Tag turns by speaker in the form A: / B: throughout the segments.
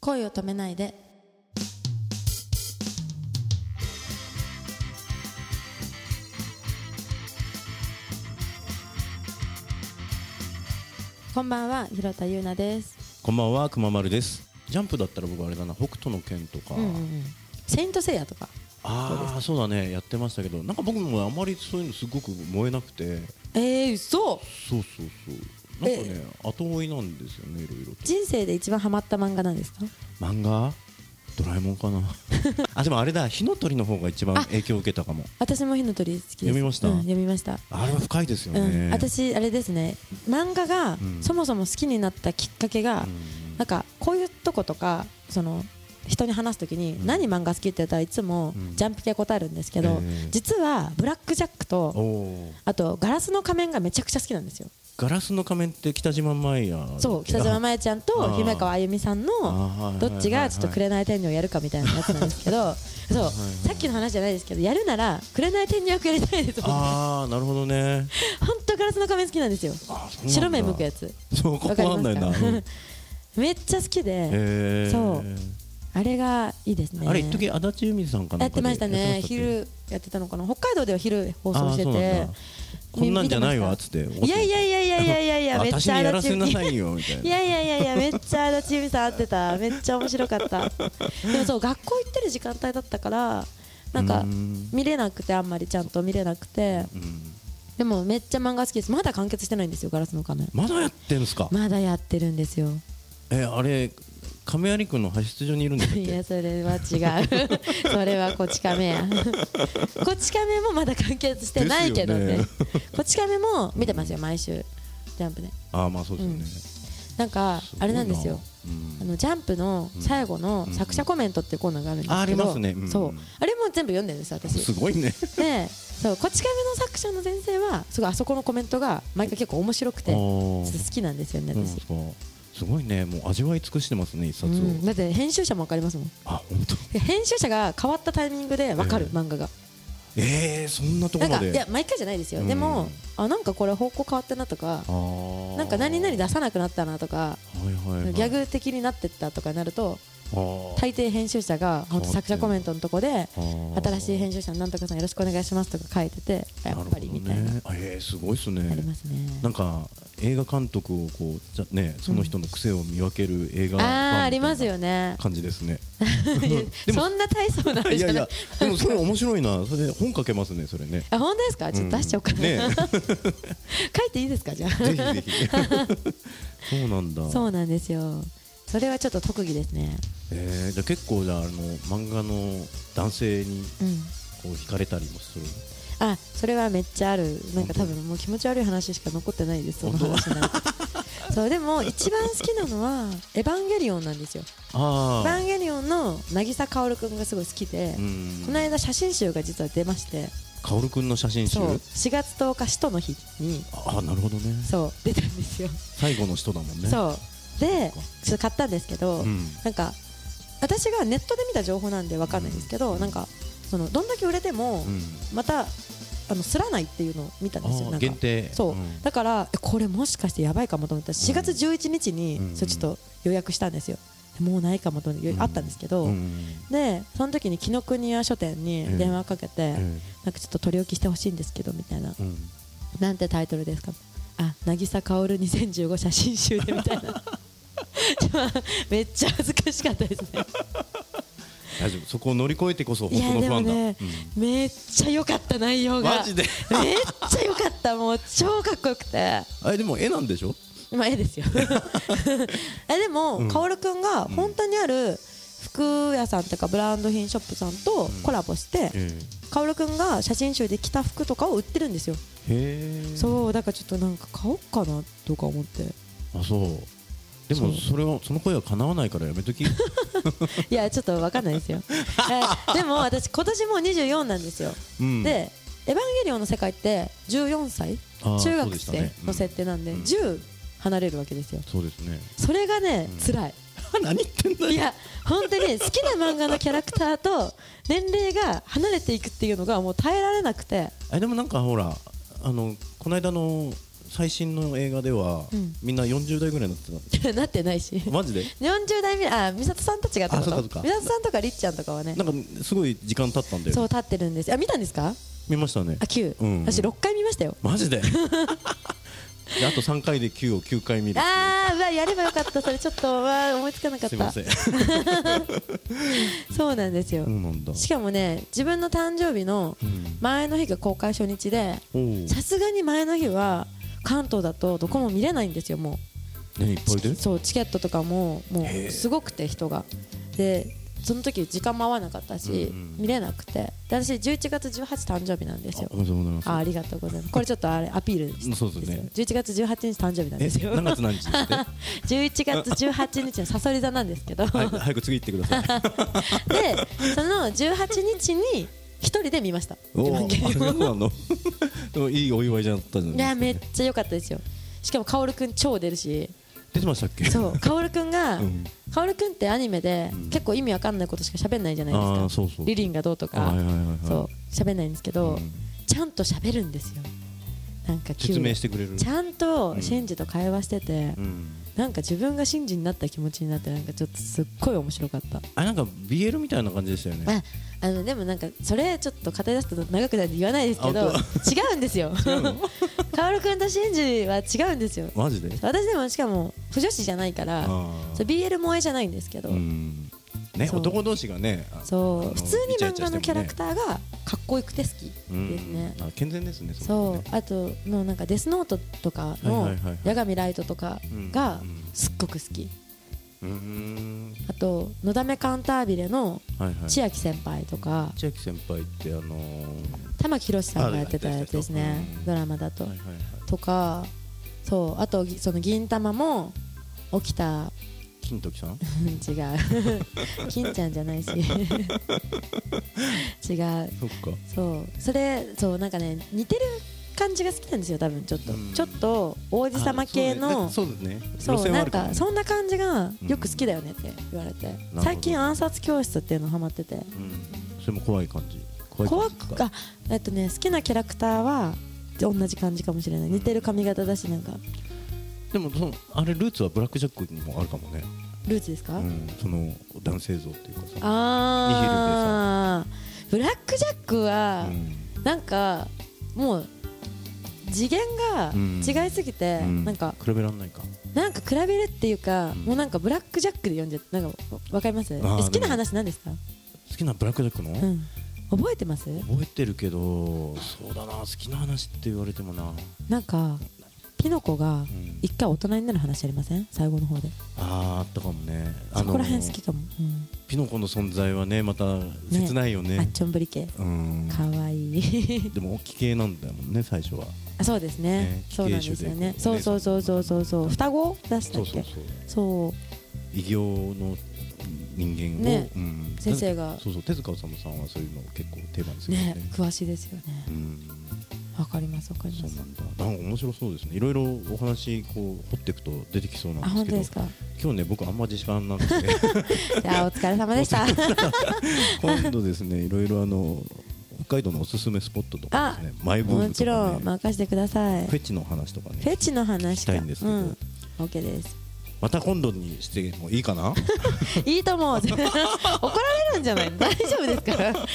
A: 恋を止めないでこんばんは広田優奈です、
B: こんばんは、くままるです。ジャンプだったら僕あれだな、北斗の拳とか、
A: うんうんうん、セイントセイヤとか
B: ああ、そうだね、やってましたけど、なんか僕もあまりそういうのすごく燃えなくて、
A: えー、嘘
B: そうそうそう、なんかね、後追いなんですよね、いろいろと。
A: 人生で一番ハマった漫画なんですか
B: 漫画ドラえもん かなあ、でもあれだ、火の鳥の方が一番影響を受けたかも。
A: 私も火の鳥好きです
B: 読みました
A: うん、読みました
B: あれは深いですよね。
A: うん、私あれですね漫画が
B: ん
A: そもそも好きになったきっかけが、
B: うん
A: なんかこういうとことかその人に話すときに、
B: ん
A: 何漫画好きって言ったらいつも
B: うん
A: ジャンプ系答えるんですけど、
B: ええ
A: 実は「ブラック・ジャックと」
B: おおー。
A: あと「ガラスの仮面」がめちゃくちゃ好きなんですよ。
B: ガラスの仮面って北島マイヤー。
A: そう北島麻衣ちゃんと
B: あー
A: 姫川あゆみさん
B: あ
A: の
B: ー
A: どっちがちょっと
B: はいはいはいはい
A: 紅天女をやるかみたいなやつなんですけ どそうさっきの話じゃないですけどやるなら紅天女役やりたいですもんね
B: ああ、なるほどね。
A: 本当ガラスの仮面好きなんですよ
B: あーそうなんだ
A: 白目向くやつ
B: そう、こ
A: わ
B: こ
A: か
B: あんない
A: り
B: な。
A: ま
B: う
A: すか、
B: ん
A: めっちゃ好きで、
B: へー
A: そうあれがいいですね
B: あれ一時足立由美さんか
A: や
B: な
A: っ
B: んか
A: て
B: で
A: ましたね
B: やってまっけ
A: 昼やってたのかな北海道では昼放
B: あ
A: 送
B: ー
A: して
B: そうな
A: て
B: んだこんなんじゃないわっつって
A: いやいやいやいやいやいやいやめっ
B: 私
A: ち
B: に
A: ゃ
B: やらせな
A: 由
B: さ
A: 美
B: いよみたい
A: い
B: な
A: やいやいやいやめっちゃ足立由美さん会ってためっちゃ面白かったでもそう学校行ってる時間帯だったからなん
B: う
A: か
B: ーん
A: 見れなくてあんまりちゃんと見れなくて
B: うん
A: でもめっちゃ漫画好きですまだ完結してないんですよガラスの仮面
B: まだやってんすか
A: まだやってるんですよ
B: えあれ亀有君の派出所にいるんだっ
A: い や
B: け
A: それ は違うそれはこち亀やこち亀もまだ完結してないけどね
B: です
A: こち亀も見てますよ毎週ジャンプね
B: あーまあそうですよ
A: うん
B: ね
A: なんか
B: すごい
A: あれなんですよ
B: うん
A: あのジャンプの最後の
B: うん
A: 作者コメントっていうコーナーがあるんですけど
B: あありますねうん
A: そうあれも全部読んでるんです私
B: すごいね
A: でそうこち亀の作者の先生はすごいあそこのコメントが毎回結構面白くて
B: あ
A: ちょ
B: ー
A: っと好きなんですよね
B: そうなん
A: 私
B: ですかすごいねもう味わい尽くしてますね一冊を
A: うんだって編集者もわかりますもん
B: あ本当
A: で編集者が変わったタイミングでわかる
B: ええ
A: 漫画が
B: えーそんなとこ
A: なん
B: ま
A: か
B: で
A: いや毎回じゃないですよ、
B: うん
A: でもあなんかこれ方向変わったなとか
B: あー
A: なんか何々出さなくなったなとか、
B: はいはいはい
A: ギャグ的になってったとかになると
B: あー
A: 大抵編集者が本当作者コメントのとこで
B: あー
A: 新しい編集者のなんとかさんよろしくお願いしますとか書いててやっぱりみたいな
B: るほどね、えー、すごいですね
A: ありますね
B: なんか映画監督をこうじゃねその人の癖を見分ける映画ファンみた
A: あ
B: いな
A: あありますよね
B: 感じ ですね でも
A: そんな大層なあれ
B: い
A: じ
B: や
A: ゃ
B: い
A: ない
B: やでもそれ面白いなそれで本書けますねそれね
A: あ本当ですかちょっと出しちゃおうかな、
B: んね
A: 書いていいですかじゃあ
B: ぜひぜひそうなん だ
A: そうなんですよそれはちょっと特技ですね
B: えー、じゃあ結構じゃああの漫画の男性に
A: うん
B: こう惹かれたりもする
A: あそれはめっちゃあるなんか多分もう気持ち悪い話しか残ってないですその話になる とそうでも一番好きなのは「エヴァンゲリオン」なんですよ「エ
B: あ
A: ヴァンゲリオン」の渚薫君がすごい好きで、
B: うん
A: この間写真集が実は出まして
B: カオルくんの写真集
A: そう4月10日使徒の日に
B: ああなるほどね
A: そう出たんですよ、
B: 最後の人だもんねう、
A: そうでちょっと買ったんですけど、
B: ん、
A: なんか私がネットで見た情報なんでわかんないんですけど、なんかそのどんだけ売れても、
B: うん
A: またあのすらないっていうのを見たんですよ。
B: あ
A: な
B: ー
A: んか
B: 限定
A: そう、
B: うん
A: だからえこれもしかしてやばいかもと思ったら4月11日に、
B: うん
A: それちょっと予約したんですよ。もうないかもと思って、あったんですけど、
B: うん
A: でその時に紀ノ国屋書店に
B: うん
A: 電話かけて、
B: うん
A: なんかちょっと取り置きしてほしいんですけどみたいな、
B: うん
A: なんてタイトルですかあ渚薫2015写真集で みたいな めっちゃ恥ずかしかったですね
B: 大丈夫そこを乗り越えてこそ
A: いや
B: 本当の
A: で
B: ファ
A: も
B: ンだ、
A: ね、めっちゃ良かった内容が
B: マ ジで
A: めっちゃ良かったもう超かっこよくて
B: うんあれでも絵なんでしょ
A: まあ絵 ですよえでも
B: うん
A: 薫、くんが本当にある服屋さんとかブランド品ショップさんとコラボして薫、くんが写真集で着た服とかを売ってるんですよ、
B: へえ
A: そうだからちょっとなんか買おうかなとか思 って
B: あそうでも
A: そう
B: それをその声は叶わないからやめ とき
A: いやちょっとわかんないですよえでも私今年もう24なんですよ
B: うん
A: で「エヴァンゲリオン」の世界って14歳
B: あー
A: 中
B: そう
A: 学
B: でしたね
A: 生の設定なんで
B: うん
A: 10離れるわけですよ
B: そうですね
A: それがね辛い
B: 何言ってんだ
A: いや本当に好きな漫画のキャラクターと年齢が離れていくっていうのがもう耐えられなくて
B: あでもなんかほらあのこの間の最新の映画では、
A: うん
B: みんな40代ぐらいになっ て
A: なってないした
B: マ ジで
A: 40代目あ美里さんたちがってこ
B: あそうかそ
A: と
B: うか
A: 美里さんとかりっちゃんとかはね
B: なんかすごい時間経ったんで
A: そう立ってるんですあ見たんですか
B: 見ましたね
A: あ九、
B: うん
A: 私6回見ましたよ
B: マジでであと3回で9を9回見る
A: あーうわやればよかったそれちょっとわー思いつかなかっ
B: すいま
A: た
B: せん
A: そうなんですよ、
B: そうなんだ
A: しかもね自分の誕生日の
B: うん
A: 前の日が公開初日で
B: おう
A: さすがに前の日は関東だとどこも見れないんですよも
B: ねいっぱいで
A: うそうチケットとかももうすごくて人がでその時時間も合わなかったし、
B: うんうん
A: 見れなくてで私11月18誕生日なんです
B: あ
A: よ
B: おめでとうございます
A: あありがとうございますこれちょっとあれアピールして
B: うんそうですね
A: 11月18日誕生日なん
B: え
A: ですよ
B: 何月何日ですっては
A: 11月18日のさそり座なんです けど、
B: い早く次行ってください
A: でその18日に一人で見ました
B: お
A: エヴァンゲリオン
B: おそうなの でもいいお祝いじゃったじゃない
A: い
B: ですか
A: やめっちゃ良かったですよしかも薫くん超出るし
B: 出てましたっけ
A: そう薫くんが
B: うん
A: 薫くんってアニメで
B: うん
A: 結構意味わかんないことしか喋んないじゃない
B: あ
A: です
B: あ
A: か
B: そうそう
A: リリンがどうと
B: はいはい
A: か
B: はいはい
A: そう喋んないんですけ
B: う
A: ど
B: ん
A: ちゃんと喋るんですよなんか急
B: 説
A: に
B: 明してくれる
A: ちゃんとシンジと会話してて
B: うん
A: なんか自分がシンジになった気持ちになってなんかちょっとすっごい面白かった
B: あなんか BL みたいな感じでしたよね
A: ああのでもなんかそれちょっと語り出すと長くなって言わないですけど
B: あ本
A: 違うんですよ
B: 違うの
A: 薫くんとシンジは違うんですよ
B: マジで
A: 私でもしかも不女子じゃないから
B: あー
A: そう BL 萌えじゃないんですけど、
B: うんね
A: そう
B: 男同士がねあ
A: そ
B: あの
A: う普通に
B: イチャイ
A: 漫画
B: チャしても
A: の
B: ね
A: キャラクターがかっこよくて好きですね。
B: うんあ健全ですね
A: そう
B: のね
A: あともうなんかデスノートとか
B: はい
A: の
B: はいはいはい
A: 八神ライトとかが
B: うん
A: すっごく好き
B: うーん
A: あと「のだめカンタービレ」の
B: はいはい
A: 千秋先輩とか
B: 千秋先輩ってあのー
A: 玉木宏さんがやってたやつです
B: あやっ
A: ね
B: てた人
A: ドラマだと
B: はいはいはい
A: とかそうあとぎその銀玉も起きた
B: 金時さ
A: う
B: ん
A: ん違う 金ちゃんじゃないし 違う
B: そっか
A: そうそれそうなんかね似てる感じが好きなんですよ多分ちょっと
B: うん
A: ちょっと王子様系の
B: あそうですね
A: そ
B: そう
A: う
B: ですね路線は
A: な
B: あ
A: ん
B: るかも
A: かそんな感じがよく好きだよねって言われて
B: ど
A: 最近暗殺教室っていうのハマってて
B: うんそれも怖い感じ怖い
A: 怖
B: 感じ
A: くあえっとね好きなキャラクターは同じ感じかもしれない似てる髪型だしなんか
B: でもそのあれルーツはブラックジャックにもあるかもね
A: ルーツですか、
B: うんその男性像っていうかさ
A: ああブラックジャックは
B: うん
A: なんかもう次元が違いすぎて、
B: うん
A: なんか
B: 比べらんないか
A: なんか比べるっていうか、
B: うん
A: もうなんかブラックジャックで読んじゃってなんかわわかりますえ
B: あー
A: 好き
B: で
A: な
B: も
A: 話なんですか、
B: 好きなブラックジャックの
A: うん、覚えてます
B: 覚えてるけどそうだな好きな話って言われてもな
A: なんかピノコが
B: うん
A: 一回大人になる話ありません最後の方で
B: あーあったかもねあ
A: そ
B: の
A: こら辺好きかも、う
B: ピノコの存在はねまた切ないよね
A: ん、あっちょんぶり系
B: うん
A: かわいい
B: でも大きい系なんだもんね最初は
A: あそうですね
B: ね
A: そうなんですよね
B: 奇形種
A: そう
B: で
A: そうそうそうそうそう双子出したっ
B: そう
A: け
B: そうそう
A: そう
B: 異形の人間を、
A: ね
B: うん
A: 先生が
B: そうそう手塚治虫さんはそういうのを結構テーマにするよね
A: ね詳しいですよね
B: うん
A: わかりますわかり
B: そ
A: ま
B: う
A: す
B: なんだなんか面白そうですねいろいろお話こう掘っていくと出てきそうな
A: あ
B: んです
A: 本
B: け
A: 当
B: ど
A: ですか
B: 今日ね僕あんま自信なくて
A: じゃあお疲れ様でした
B: 今度ですねいろいろあの北海道のおすすめスポットとかですねマイブーム
A: も
B: と
A: ち
B: か、
A: ろ
B: ね
A: ん任せてください
B: フ
A: フ
B: ェチの話とかね
A: ェチの話か
B: したいんですけど
A: うん、OK です
B: また今度にしてもいいかな
A: いいと思う怒られるんじゃない大丈夫ですから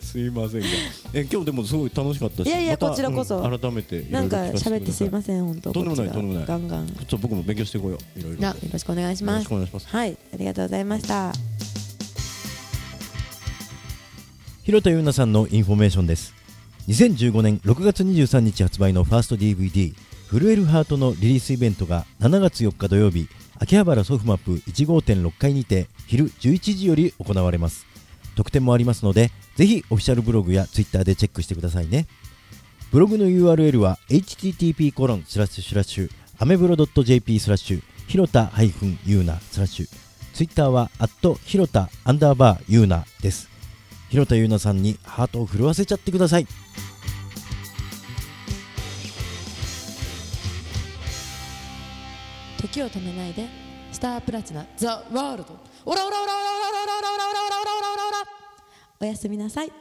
B: すいませんがえ今日でもすごい楽しかったし
A: いやいや
B: また
A: こちらこそ
B: うん改めて
A: なんか喋ってすい
B: せん
A: ません本当
B: とんでもない
A: こっちが
B: とんでもない
A: ガンガン
B: ちょっと僕も勉強してこよう。いろいろと。
A: なよろしくお願いします
B: よろしくお願いします
A: はいありがとうございました
C: 広田優奈さんのインフォメーションです2015年6月23日発売のファースト DVD「震えるハート」のリリースイベントが7月4日土曜日秋葉原ソフマップ1号店6階にて昼11時より行われます特典もありますのでぜひオフィシャルブログや Twitter でチェックしてくださいねブログの URL は http コロンスラッシュスラッシュアメブロ .jp スラッシュひろたゆうなスラッシュツイッターはアットひろたアンダーバーゆうなですひろたゆうなさんにハートを震わせちゃってください
A: 時を止めないでスタープラチナザワールドオラオラオラオラオラオラオラオラオラオラオラオラおやすみなさい